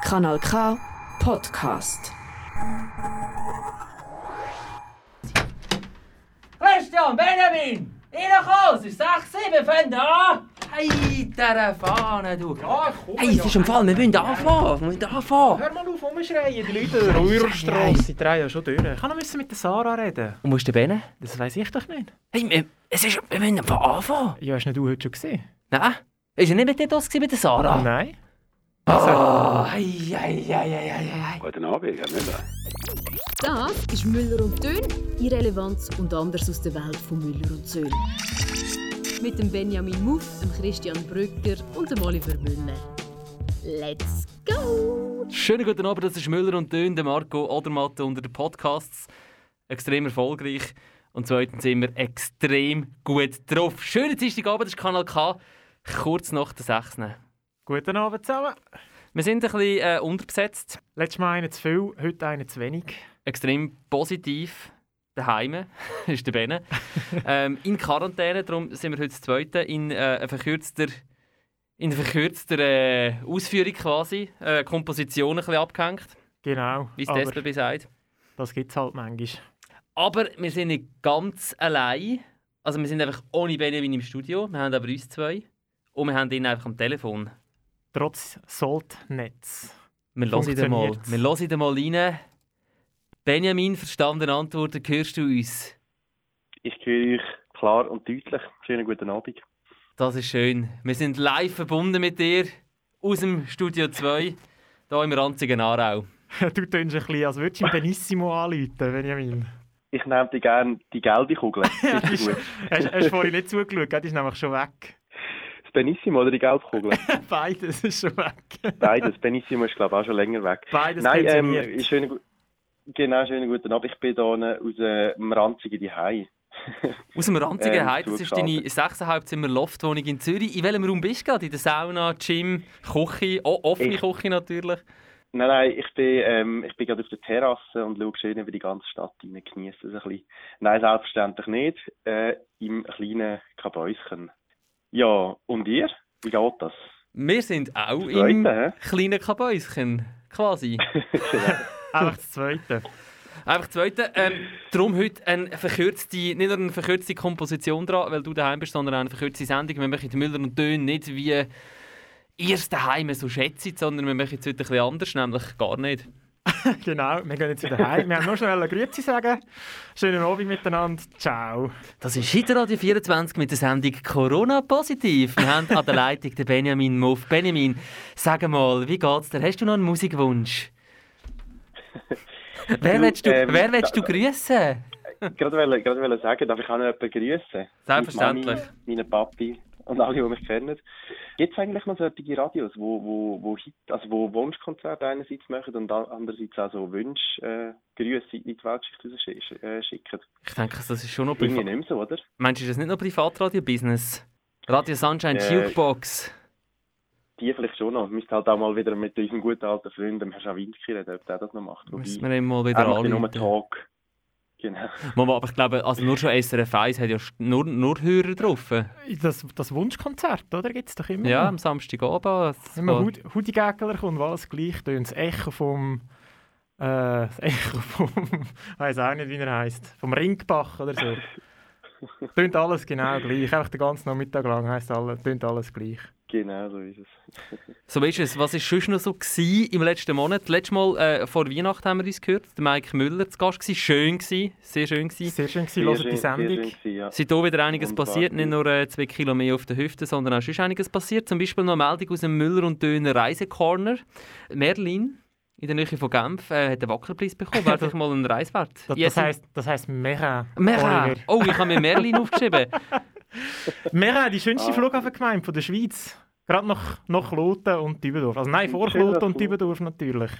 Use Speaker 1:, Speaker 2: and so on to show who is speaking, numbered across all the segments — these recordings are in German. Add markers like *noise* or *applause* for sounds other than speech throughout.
Speaker 1: Kanal K Podcast.
Speaker 2: Christian, Benjamin! Reinkommen, es ist 6, 7, fangen an! Hey, der Fahne, du! Ja, komm
Speaker 3: Hey, es ist im Fall, wir müssen anfangen, wir müssen anfangen.
Speaker 2: Hör mal auf, rumschreien, die Leute Rührstrasse drehen ja schon durch. Ich kann noch müssen mit der Sarah reden.
Speaker 3: Und wo ist der Bene?
Speaker 2: Das weiss ich doch nicht.
Speaker 3: Hey, wir, es ist, wir müssen einfach anfangen.
Speaker 2: Ja, hast nicht du heute schon gesehen?
Speaker 3: Nein, ist er nicht mit dir da gewesen, mit der Sarah?
Speaker 2: Nein.
Speaker 3: Oh, ei, ei, ei, ei, ei, ei.
Speaker 4: Guten Abend, Herr Müller.
Speaker 5: Das ist Müller und Dön, Irrelevanz und anders aus der Welt von Müller und Söhn. Mit dem Benjamin Muff, dem Christian Brücker und dem Oliver Müller. Let's go!
Speaker 6: Schönen guten Abend, das ist Müller und Dön, der Marco Odermatt unter den Podcasts. Extrem erfolgreich und zweitens immer extrem gut drauf. Schönen Dienstagabend, das ist Kanal K, kurz nach der 6.
Speaker 2: Guten Abend zusammen.
Speaker 6: Wir sind ein bisschen äh, unterbesetzt,
Speaker 2: Letztes Mal einen zu viel, heute einen zu wenig.
Speaker 6: extrem positiv. Daheim *laughs* ist der Bene. ähm, in Quarantäne, darum sind wir heute das Zweite, in äh, verkürzter, in verkürzter äh, Ausführung quasi, äh, Komposition ein bisschen abgehängt,
Speaker 2: Genau.
Speaker 6: wie es
Speaker 2: Aber
Speaker 6: der SBB sagt.
Speaker 2: das gibt es halt manchmal.
Speaker 6: Aber wir sind nicht ganz allein. Also wir sind einfach ohne Benjamin im Studio. Wir haben aber uns zwei. Und wir haben ihn einfach am Telefon.
Speaker 2: Trotz Soldnetz.
Speaker 6: Wir hören ihn mal.
Speaker 2: Funktioniert's?
Speaker 6: Wir hören ihn mal rein. Benjamin, verstanden Antworten, hörst du uns?
Speaker 4: Ich höre euch klar und deutlich. Schönen guten Abend.
Speaker 6: Das ist schön. Wir sind live verbunden mit dir aus dem Studio 2, hier im ranzigen Aarau.
Speaker 2: *laughs* Du tönst ein bisschen, als würdest du im Benissimo anrufen, Benjamin.
Speaker 4: Ich nehme dir gerne die gelbe
Speaker 2: *laughs*
Speaker 4: Kugel.
Speaker 2: Ja,
Speaker 4: Ist
Speaker 2: ist-
Speaker 4: gut.
Speaker 2: Hast hast du vorhin nicht zugeschaut, gell? die ist nämlich schon weg. *laughs*
Speaker 4: Das Benissimo oder die gelbe Kugel?
Speaker 2: Beides ist schon weg.
Speaker 4: Beides. Benissimo ist, glaube ich, auch schon länger weg.
Speaker 2: Beides
Speaker 4: Nein, ähm,
Speaker 2: pensioniert.
Speaker 4: schönen, gu- genau, schönen guten Abend. Ich bin hier aus äh, dem ranzigen Dihei.
Speaker 6: Aus dem ranzigen
Speaker 4: Ähm,
Speaker 6: Heim, das ist deine
Speaker 4: zugeschaltet.
Speaker 6: 6,5 Zimmer Loftwohnung in Zürich. In welchem Raum bist du gerade? In der Sauna, Gym, Küche, oh, offene
Speaker 4: Ich-
Speaker 6: Küche natürlich.
Speaker 4: Nein, nein, ich bin, ähm, ich bin gerade auf der Terrasse und schaue schön über die ganze Stadt rein, genieße es ein bisschen. Nein, selbstverständlich nicht. Äh, Im kleinen Kabäuschen. Ja, und ihr? Wie geht das?
Speaker 6: Wir sind auch
Speaker 4: Zweite,
Speaker 6: im
Speaker 4: hä?
Speaker 6: kleinen Kabäuschen, quasi.
Speaker 2: Einfach das Zweite.
Speaker 6: Einfach zweite. Ähm, darum heute eine verkürzte, nicht nur eine verkürzte Komposition dran, weil du daheim bist, sondern auch eine verkürzte Sendung. Wir machen die Müller und Dön nicht wie ihr es daheim so schätzt, sondern wir machen es heute ein bisschen anders, nämlich gar nicht.
Speaker 2: Genau, wir gehen jetzt wieder heim. Wir haben nur schnell eine Grüezi sagen. Schönen Abend miteinander. Ciao.
Speaker 6: Das ist heute Radio 24 mit der Sendung Corona positiv. Wir haben an der Leitung den Benjamin Muff. Benjamin, sag mal, wie geht's dir? Hast du noch einen
Speaker 4: *laughs*
Speaker 6: Musikwunsch? wer
Speaker 4: Du,
Speaker 6: willst du,
Speaker 4: ähm,
Speaker 6: wer willst du
Speaker 4: da-
Speaker 6: grüßen?
Speaker 4: gerade wollen, gerade wollen sagen, darf ich auch noch jemanden grüßen?
Speaker 6: Selbstverständlich.
Speaker 4: Meine Mami, meinen Papi und alle, die mich kennen. Gibt es eigentlich noch solche Radios, wo, wo, wo, Hit, also wo Wunschkonzerte einerseits machen und a- andererseits auch so Wünsche, äh, Grüße in die Weltgeschichte raussch- äh, schicken?
Speaker 6: Ich denke, das ist schon noch
Speaker 4: Irgendwie
Speaker 6: privat.
Speaker 4: nicht mehr so, oder?
Speaker 6: Meinst du, ist das nicht nur Privatradio-Business? Radio Sunshine,
Speaker 4: Äh,
Speaker 6: Jukebox.
Speaker 4: Die vielleicht schon noch. Müsst halt auch mal wieder mit unserem guten alten Freund, dem Herrn Schawinski, reden, ob der das noch macht.
Speaker 6: Müssen
Speaker 4: Wobei,
Speaker 6: wir eben mal wieder
Speaker 4: er macht ja nur
Speaker 6: anrufen.
Speaker 4: Talk. Genau. *laughs*
Speaker 6: Moment, Aber ich glaube, also nur schon SRF 1 hat ja st- nur, nur Hörer drauf.
Speaker 2: Das, das Wunschkonzert, oder? Gibt es doch immer.
Speaker 6: Ja,
Speaker 2: noch.
Speaker 6: am Samstagabend. Das
Speaker 2: Wenn man
Speaker 6: war-
Speaker 2: Hud- Hudigägler kommt, war alles gleich. tönt. Das Echo vom. Äh, das Echo vom. *laughs* Ich weiß auch nicht, wie er heißt. Vom Ringbach oder so. Tönt alles genau gleich. Einfach den ganzen Nachmittag lang heisst alles, tönt alles gleich.
Speaker 4: Genau, so ist es.
Speaker 6: So ist es. Was war sonst noch so gewesen im letzten Monat? Letztes Mal äh, vor Weihnachten haben wir uns gehört. Der Mike Müller zu Gast war. Schön, gewesen, sehr schön. Gewesen.
Speaker 2: Sehr schön,
Speaker 4: Sehr
Speaker 2: gewesen, hört die
Speaker 4: schön- sehr schön
Speaker 2: Sendung.
Speaker 4: gewesen, ja.
Speaker 6: Seitdem wieder einiges
Speaker 4: Wunderbar.
Speaker 6: passiert, nicht nur äh, zwei Kilo mehr auf der Hüfte, sondern auch sonst einiges passiert. Zum Beispiel noch eine Meldung aus dem Müller und Döner Reisecorner. Merlin in der Nähe von Genf äh, hat einen Wackerpreis bekommen. Wäre doch mal ein Reis wert.
Speaker 2: Das,
Speaker 6: Ihr
Speaker 2: das
Speaker 6: seid-
Speaker 2: heisst, das heisst Mera.
Speaker 6: Mera.
Speaker 2: Oliver.
Speaker 6: Oh, ich habe mir Merlin
Speaker 2: *laughs*
Speaker 6: aufgeschrieben.
Speaker 2: Mera, die schönste
Speaker 4: Ah.
Speaker 2: Flughafengemeinde von der Schweiz. Gerade nach, nach Kloten und Dübendorf. Also nein, vor
Speaker 4: Schön, dass
Speaker 2: Kloten und
Speaker 4: du-
Speaker 2: Dübendorf natürlich.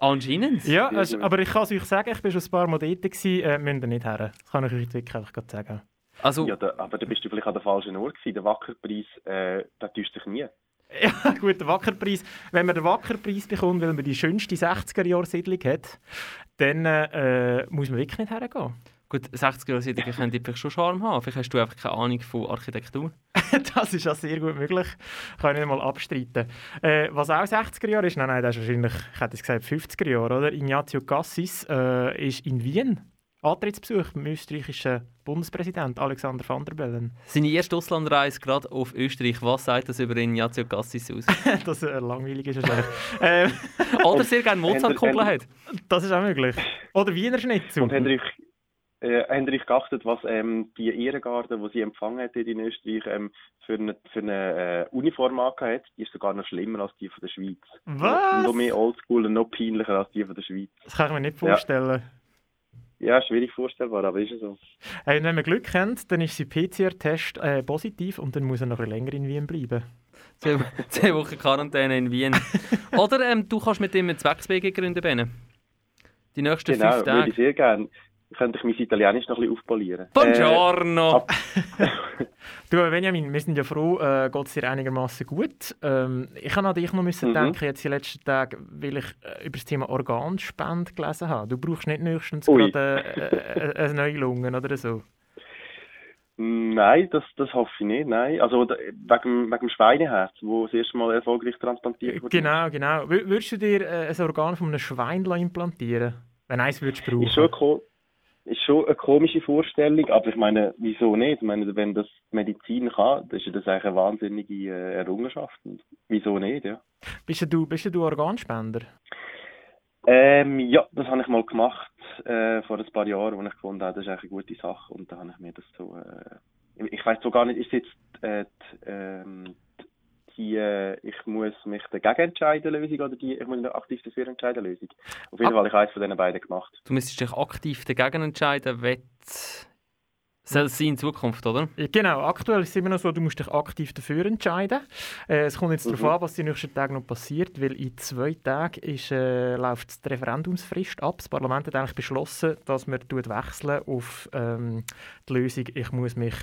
Speaker 6: Anscheinend.
Speaker 2: Ja,
Speaker 4: Sehr
Speaker 2: es-
Speaker 4: gut.
Speaker 2: aber ich kann es euch sagen, ich war schon ein paar Mal dort, gewesen, äh, müsst ihr nicht her. Das kann ich euch jetzt wirklich einfach gerade sagen. *laughs*
Speaker 6: Also,
Speaker 4: Ja, da, aber da bist du vielleicht an der falschen Ort gewesen. Der Wackerpreis, äh, der täuscht sich nie.
Speaker 2: Ja, gut, der Wackerpreis. Wenn man den Wackerpreis bekommt, weil man die schönste 60er-Jahre-Siedlung hat, dann äh, äh, muss man wirklich nicht hergehen.
Speaker 6: gut, 60 Jahre Seite können die vielleicht schon Charme haben. Vielleicht hast du einfach keine Ahnung von Architektur.
Speaker 2: *laughs* das ist ja sehr gut möglich. Kann ich nicht mal abstreiten. Äh, was auch 60er Jahre ist, nein, nein, das ist wahrscheinlich, ich hätte gesagt, 50er Jahre, oder? Ignazio Cassis äh, ist in Wien. Antrittsbesuch beim österreichischen Bundespräsident Alexander Van der Bellen. *laughs*
Speaker 6: Seine erste Auslandreise gerade auf Österreich. Was sagt das über Ignazio Cassis aus?
Speaker 2: das äh, langweilig ist
Speaker 4: *laughs*
Speaker 2: wahrscheinlich. ähm,
Speaker 6: Oder sehr gerne Mozartkugeln hat.
Speaker 2: das ist auch möglich. Oder Wiener Schnitzel.
Speaker 4: Und habt ihr euch, äh, habt ihr euch geachtet, was ähm, die Ehrengarde, die sie empfangen hat dort in Österreich, ähm, für eine, für eine äh, Uniform angehört hat? Die ist sogar noch schlimmer als die von der Schweiz.
Speaker 2: Was?
Speaker 4: Noch mehr oldschool und noch peinlicher als die von der Schweiz.
Speaker 2: Das kann ich mir nicht
Speaker 4: Ja.
Speaker 2: vorstellen.
Speaker 4: Ja, schwierig vorstellbar, aber ist ja so.
Speaker 2: Hey, Äh, und wenn wir Glück haben, dann ist sein PCR-Test äh, positiv und dann muss er noch ein bisschen länger in Wien bleiben.
Speaker 6: Zwei, *laughs* zwei Wochen Quarantäne in
Speaker 4: *laughs*
Speaker 6: Wien. Oder ähm, du kannst mit ihm einen Zwecksweg gründen, Bene. Die nächsten
Speaker 4: Genau,
Speaker 6: fünf
Speaker 4: würde
Speaker 6: Tage.
Speaker 4: ich sehr gerne. Könnte ich mein Italienisch noch ein bisschen aufpolieren. Äh,
Speaker 6: Buongiorno!
Speaker 2: Du, Benjamin, wir sind ja froh, äh, geht es dir einigermaßen gut. Ähm, ich kann an dich noch müssen
Speaker 4: Mhm.
Speaker 2: denken, jetzt die letzten Tage, weil ich äh, über das Thema Organspende gelesen habe. Du brauchst nicht nächstens
Speaker 4: Ui.
Speaker 2: gerade äh, äh, eine neue Lunge oder so.
Speaker 4: Äh, Nein, das, das hoffe ich nicht. Nein. Also da- wegen, dem- wegen dem Schweineherz, wo das erste Mal erfolgreich transplantiert wurde.
Speaker 2: Genau, genau. Wür- Würdest du dir äh, ein Organ von einem Schwein lassen implantieren wenn eins würdest du brauchen?
Speaker 4: Ist schon, ko- ist schon eine komische Vorstellung, aber ich meine, wieso nicht? Ich meine, wenn das Medizin kann, dann ist ja das eigentlich eine wahnsinnige äh, Errungenschaft. Und wieso nicht, ja?
Speaker 2: bist, du, bist du Organspender?
Speaker 4: Ähm, ja, das habe ich mal gemacht äh, vor ein paar Jahren, wo ich gefunden habe, das ist eigentlich eine gute Sache. Und da habe ich mir das so. Äh, ich weiß so gar nicht, ist jetzt äh, die, ähm, die äh, ich muss mich dagegen entscheiden Lösung oder die ich muss mich aktiv dafür entscheiden Lösung. Auf jeden
Speaker 6: Ah.
Speaker 4: Fall habe ich eins von diesen beiden gemacht.
Speaker 6: Du müsstest dich aktiv dagegen entscheiden, wett soll es sein in Zukunft, oder?
Speaker 2: Ja, Eh, Genau, aktuell ist es immer noch so, du musst dich aktiv dafür entscheiden. Äh, es kommt jetzt
Speaker 4: Mhm.
Speaker 2: darauf an, was die nächsten Tage noch passiert, weil in zwei Tagen ist, äh, läuft die Referendumsfrist ab. Das Parlament hat eigentlich beschlossen, dass man tut wechseln auf ähm, die Lösung, ich muss mich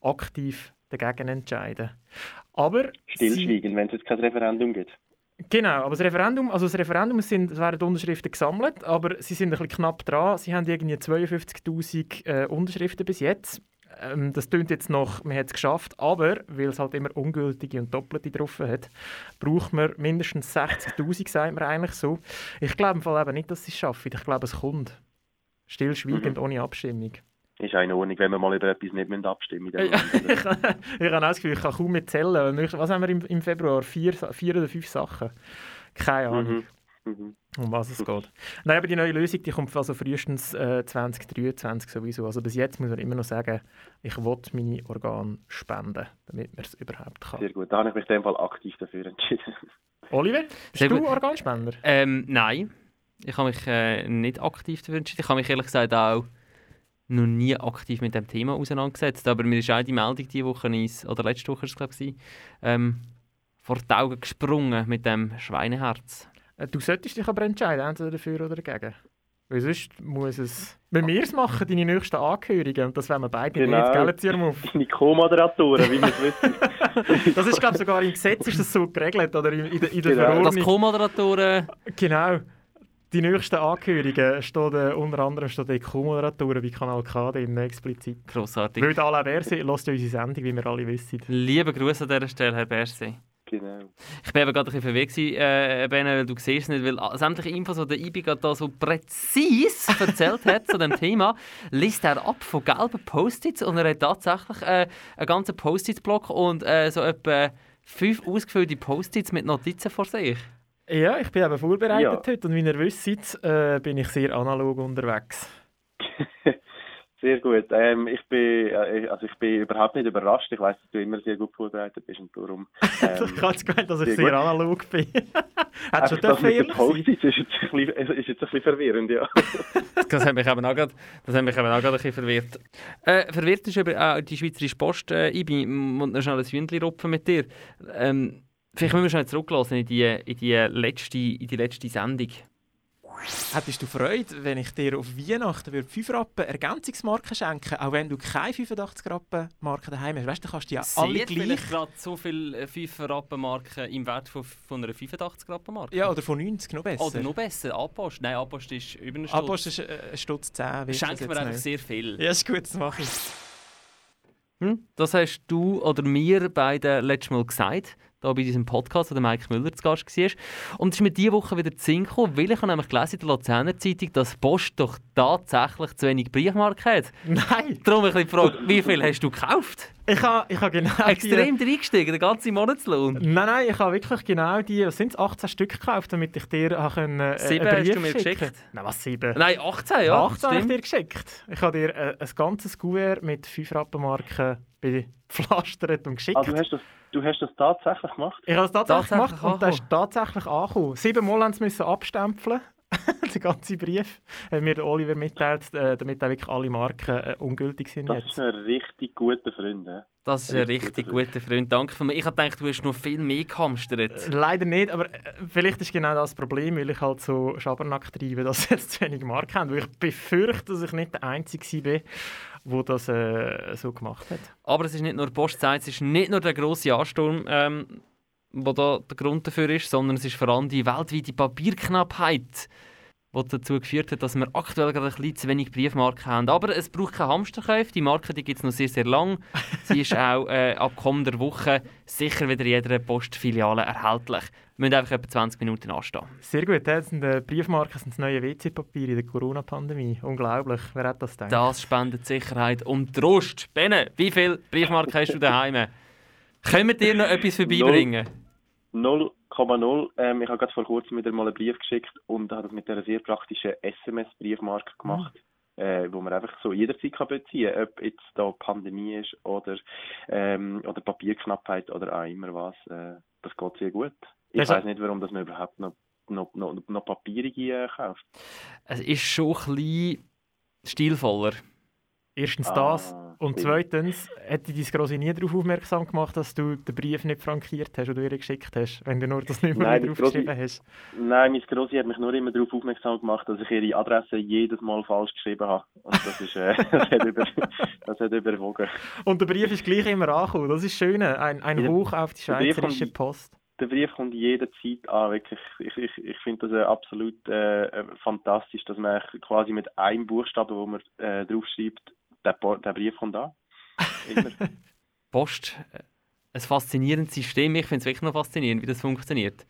Speaker 2: aktiv dagegen entscheiden. Aber sie-
Speaker 4: Stillschweigen, wenn es jetzt kein Referendum gibt.
Speaker 2: Genau, aber das Referendum, also das Referendum sind, es werden Unterschriften gesammelt, aber sie sind ein bisschen knapp dran. Sie haben irgendwie 52.000 äh, Unterschriften bis jetzt. Ähm, das tönt jetzt noch, man hat es geschafft, aber weil es halt immer ungültige und doppelte drauf hat, braucht man mindestens 60.000, sagt man eigentlich so. Ich glaube im Fall eben nicht, dass sie es schaffen. Ich glaube, es kommt. Stillschweigend, ohne Abstimmung.
Speaker 4: Ist auch in Ordnung, wenn wir mal über etwas nicht mehr abstimmen
Speaker 2: Ja,
Speaker 4: müssen.
Speaker 2: ich habe auch das Gefühl, ich kann kaum mehr zählen. Was haben wir im, im Februar? Vier, Sa- vier oder fünf Sachen? Keine Ahnung.
Speaker 4: Mhm. Mhm.
Speaker 2: um was es geht. Nein, aber die neue Lösung die kommt also frühestens äh, 2023 sowieso. Also bis jetzt muss man immer noch sagen, ich will meine Organe spenden, damit man es überhaupt kann.
Speaker 4: Sehr gut, da habe ich mich in dem Fall aktiv dafür entschieden. *laughs*
Speaker 2: Oliver,
Speaker 6: Sehr
Speaker 2: bist du
Speaker 6: gut.
Speaker 2: Organspender?
Speaker 6: Ähm, nein. Ich habe mich äh, nicht aktiv dafür entschieden. Ich habe mich ehrlich gesagt auch noch nie aktiv mit dem Thema auseinandergesetzt. Aber mir ist auch die Meldung diese Woche, ins, oder letzte Woche war es, glaube ich, ähm, vor die Augen gesprungen mit dem Schweineherz.
Speaker 2: Äh, Du solltest dich aber entscheiden, entweder dafür oder dagegen. Weil sonst muss es... Wenn wir es machen, deine nächsten Angehörigen, und das wollen wir beide
Speaker 4: Genau.
Speaker 2: nicht, gell, Zirmuff?
Speaker 4: Deine Co-Moderatoren, wie wir es wissen.
Speaker 2: *laughs* Das ist, glaube ich, sogar im Gesetz ist das so geregelt, oder in, in, der- in der
Speaker 4: Genau.
Speaker 6: Dass
Speaker 2: Verordnung.
Speaker 6: Co-Moderatoren
Speaker 2: Genau. Die nächsten Angehörigen stehen äh, unter anderem stehen die Co-Moderatoren bei Kanal K drin, explizit.
Speaker 6: grossartig.
Speaker 2: Weil alle Verse lässt ja unsere Sendung, wie wir alle wissen.
Speaker 6: Liebe Grüße an dieser Stelle, Herr Berse.
Speaker 4: Genau.
Speaker 6: Ich bin eben gerade ein bisschen verwirrt, gewesen, äh, Bene, weil du siehst es nicht, weil a- sämtliche Infos, die der Ibi gerade da so präzise *laughs* erzählt hat zu dem Thema, liest er ab von gelben Post-its und er hat tatsächlich äh, einen ganzen Post-it-Block und äh, so etwa fünf ausgefüllte Post-its mit Notizen vor sich.
Speaker 2: Ja, ich bin eben vorbereitet
Speaker 4: Ja.
Speaker 2: heute und wie ihr wisst, äh, bin ich sehr analog unterwegs.
Speaker 4: Sehr gut. Ähm, ich, bin, äh, also ich bin überhaupt nicht überrascht. Ich weiß, dass du immer sehr gut vorbereitet bist
Speaker 2: *laughs*
Speaker 4: und darum.
Speaker 2: ich
Speaker 4: Ähm,
Speaker 2: habe jetzt gemeint, dass ich
Speaker 4: sehr
Speaker 2: sehr
Speaker 4: gut.
Speaker 2: analog bin. *laughs* Hat
Speaker 4: einfach
Speaker 2: schon
Speaker 4: das
Speaker 2: dürfen
Speaker 4: mit
Speaker 2: ehrlich
Speaker 4: dem
Speaker 2: sein.
Speaker 4: Post-it ist, jetzt ein bisschen- ist jetzt ein bisschen
Speaker 2: *laughs*
Speaker 4: verwirrend, ja.
Speaker 6: Das hat mich eben auch gerade, das hat mich eben auch gerade ein bisschen verwirrt. Äh, verwirrt ist eben auch die Schweizerische Post. Äh, ich bin, muss noch schnell ein Windchen rupfen mit dir. Ähm, vielleicht müssen wir schnell zurücklassen in die, eh, in die, letzte, in die letzte Sendung.
Speaker 2: Hättest du Freude, wenn ich dir auf Weihnachten 5 Rappen Ergänzungsmarken schenken auch wenn du keine 85 Rappen Marken daheim hast? Weißt du, kannst die ja alle gleich.
Speaker 6: gerade so viele 5-Rappen-Marken im Wert von, von einer 85-Rappen-Marke.
Speaker 2: Ja, oder von 90 noch besser.
Speaker 6: Oder noch besser, Anpost. Nein, Anpost ist über eine Stunde.
Speaker 2: eh, Abos ist äh, ein Stutz 10.
Speaker 6: Schenkt mir einfach sehr viel.
Speaker 2: Ja, ist gut, das mache ich.
Speaker 6: Hm? Das hast du oder mir beide letztes Mal gesagt, da bei diesem Podcast, wo der Mike Müller zu Gast war. Und es ist mir diese Woche wieder zu Sinn gekommen, weil ich habe nämlich gelesen in der Luzerner Zeitung, dass die Post doch tatsächlich zu wenig Briefmarken hat.
Speaker 2: Nein!
Speaker 6: Darum ein bisschen die Frage, wie viel hast du gekauft?
Speaker 2: Ich habe ich ha genau
Speaker 6: Extrem reingestiegen, den ganzen Monatslohn.
Speaker 2: Die, nein, nein, ich habe wirklich genau die, was sind 18 Stück gekauft, damit ich dir ha können, äh,
Speaker 6: Sieben
Speaker 2: einen
Speaker 6: hast
Speaker 2: Brief
Speaker 6: du mir
Speaker 2: schicken.
Speaker 6: geschickt.
Speaker 2: Nein, was sieben?
Speaker 6: Nein, 18, ja.
Speaker 2: 18 habe ich
Speaker 6: stimmt.
Speaker 2: dir geschickt. Ich habe dir äh, ein ganzes Kuvert mit 5 Rappenmarken bepflastert und geschickt.
Speaker 4: Also, du hast das, du hast das tatsächlich gemacht?
Speaker 2: Ich habe es tatsächlich,
Speaker 6: Tatsächlich
Speaker 2: gemacht und das ist tatsächlich angekommen. Sieben Mal haben sie müssen abstempeln *laughs* den ganzen Brief hat mir der Oliver mitteilt, äh, damit auch wirklich alle Marken äh, ungültig sind
Speaker 4: Das
Speaker 2: jetzt.
Speaker 4: ist ein richtig guter Freund. ja.
Speaker 6: Das ist ein richtig guter Freund. Danke für mich. Ich habe gedacht, du hast noch viel mehr gehamstert.
Speaker 2: Leider nicht, aber äh, vielleicht ist genau das Problem, weil ich halt so Schabernack treibe, *laughs* dass sie jetzt zu wenig Marken haben. Weil ich befürchte, dass ich nicht der Einzige war, der das äh, so gemacht hat.
Speaker 6: Aber es ist nicht nur die Postzeit, es ist nicht nur der grosse Ansturm, ähm, wo da der Grund dafür ist, sondern es ist vor allem die weltweite Papierknappheit, die dazu geführt hat, dass wir aktuell gerade ein bisschen zu wenig Briefmarken haben. Aber es braucht keine Hamsterkäufe, die Marke die gibt es noch sehr, sehr lang. Sie ist auch äh, ab kommender Woche sicher wieder in jeder Postfiliale erhältlich. Wir müssen einfach etwa 20 Minuten anstehen.
Speaker 2: Sehr gut, äh, das sind äh, Briefmarken sind das neue WC-Papier in der Corona-Pandemie. Unglaublich, wer hat das gedacht?
Speaker 6: Das spendet Sicherheit und Trost. Benne, wie viele Briefmarken hast du daheim? Können wir dir noch etwas vorbeibringen?
Speaker 4: 0,0. Ähm, ich habe gerade vor kurzem wieder mal einen Brief geschickt und habe das mit einer sehr praktischen SMS-Briefmarke gemacht, äh, wo man einfach so jederzeit kann beziehen kann, ob jetzt da Pandemie ist oder, ähm, oder Papierknappheit oder auch immer was. Äh, das geht sehr gut. Ich
Speaker 2: Das ist-
Speaker 4: weiß nicht, warum das man überhaupt noch, noch, noch, noch Papierige äh, kauft.
Speaker 6: Es ist schon ein bisschen stilvoller.
Speaker 2: Erstens
Speaker 4: Ah,
Speaker 2: das. Und
Speaker 4: stimmt.
Speaker 2: zweitens, hätte dein Grossi nie darauf aufmerksam gemacht, dass du den Brief nicht frankiert hast oder ihr geschickt hast, wenn du nur das Nummer
Speaker 4: Nein,
Speaker 2: nicht
Speaker 4: die
Speaker 2: draufgeschrieben hast.
Speaker 4: Nein, mein Grossi hat mich nur immer darauf aufmerksam gemacht, dass ich ihre Adresse jedes Mal falsch geschrieben habe. Und das, ist, äh, *laughs* das, hat, über, das hat überwogen.
Speaker 2: Und der Brief ist gleich immer angekommen. Das ist schön. Ein, ein
Speaker 4: Ja,
Speaker 2: Hoch auf die
Speaker 4: der Brief
Speaker 2: schweizerische
Speaker 4: kommt-
Speaker 2: Post.
Speaker 4: Der Brief kommt jederzeit an. Wirklich. Ich, ich, ich finde das äh, absolut äh, äh, fantastisch, dass man eigentlich quasi mit einem Buchstaben, wo man äh, draufschreibt, der, Bo- der Brief
Speaker 6: *laughs*
Speaker 4: kommt an. Immer.
Speaker 6: Post, äh, ein faszinierendes System. Ich finde es wirklich noch faszinierend, wie das funktioniert.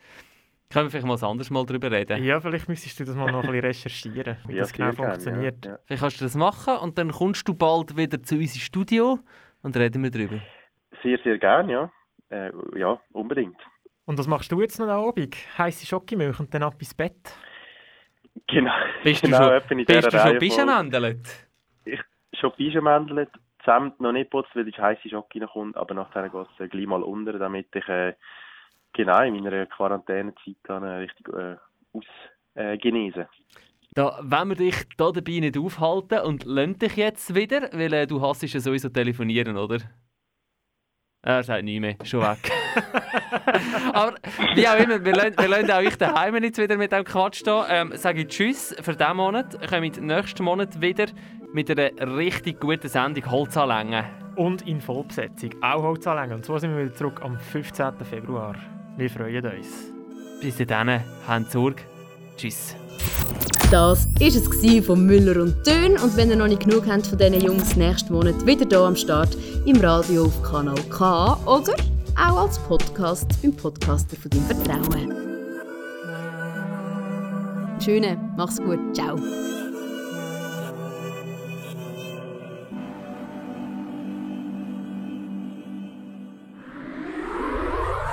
Speaker 6: Können wir vielleicht mal ein anderes Mal darüber reden?
Speaker 2: Ja, vielleicht müsstest du das mal noch ein bisschen recherchieren, wie
Speaker 4: *laughs* Ja,
Speaker 2: das genau
Speaker 4: sehr gerne,
Speaker 2: funktioniert.
Speaker 4: Ja, ja.
Speaker 6: Vielleicht kannst du das machen und dann kommst du bald wieder zu unserem Studio und reden wir darüber.
Speaker 4: Sehr, sehr gerne, ja. Äh, ja, unbedingt. *laughs*
Speaker 2: Und was machst du jetzt noch am Abend? Heisse Schokimilch und dann ab ins Bett?
Speaker 4: Genau.
Speaker 6: Bist du
Speaker 4: genau,
Speaker 6: schon-
Speaker 4: etwa in dieser
Speaker 6: Bist du schon
Speaker 4: Reihenfolge.
Speaker 6: bischenendelt?
Speaker 4: schon Pischemäntel, das Hemd noch nicht putzt, weil ich heiße Schocke reinkommt, aber nachher geht es äh, gleich mal unter, damit ich äh, genau in meiner Quarantänezeit dann äh, richtig äh, aus äh, genesen.
Speaker 6: Da wollen wir dich da dabei nicht aufhalten und lassen dich jetzt wieder, weil äh, du hasst ja sowieso telefonieren, oder? Er sagt nichts mehr, schon weg. *laughs* Aber wie auch immer, wir lassen, wir lassen auch euch daheim jetzt wieder mit dem Quatsch da. Ähm, sage ich Tschüss für diesen Monat. Kommt nächsten Monat wieder mit einer richtig guten Sendung Holz anlängen.
Speaker 2: Und in Vollbesetzung. Auch Holzanlänge. Und so sind wir wieder zurück am 15. Februar. Wir freuen uns.
Speaker 6: Bis dann, habt Sorge. Tschüss.
Speaker 5: Das ist es gsi von Müller und Dön. Und wenn ihr noch nicht genug habt von diesen Jungs, nächsten Monat wieder hier am Start im Radio auf Kanal K oder auch als Podcast beim Podcaster von deinem Vertrauen. Schöne, mach's gut, ciao.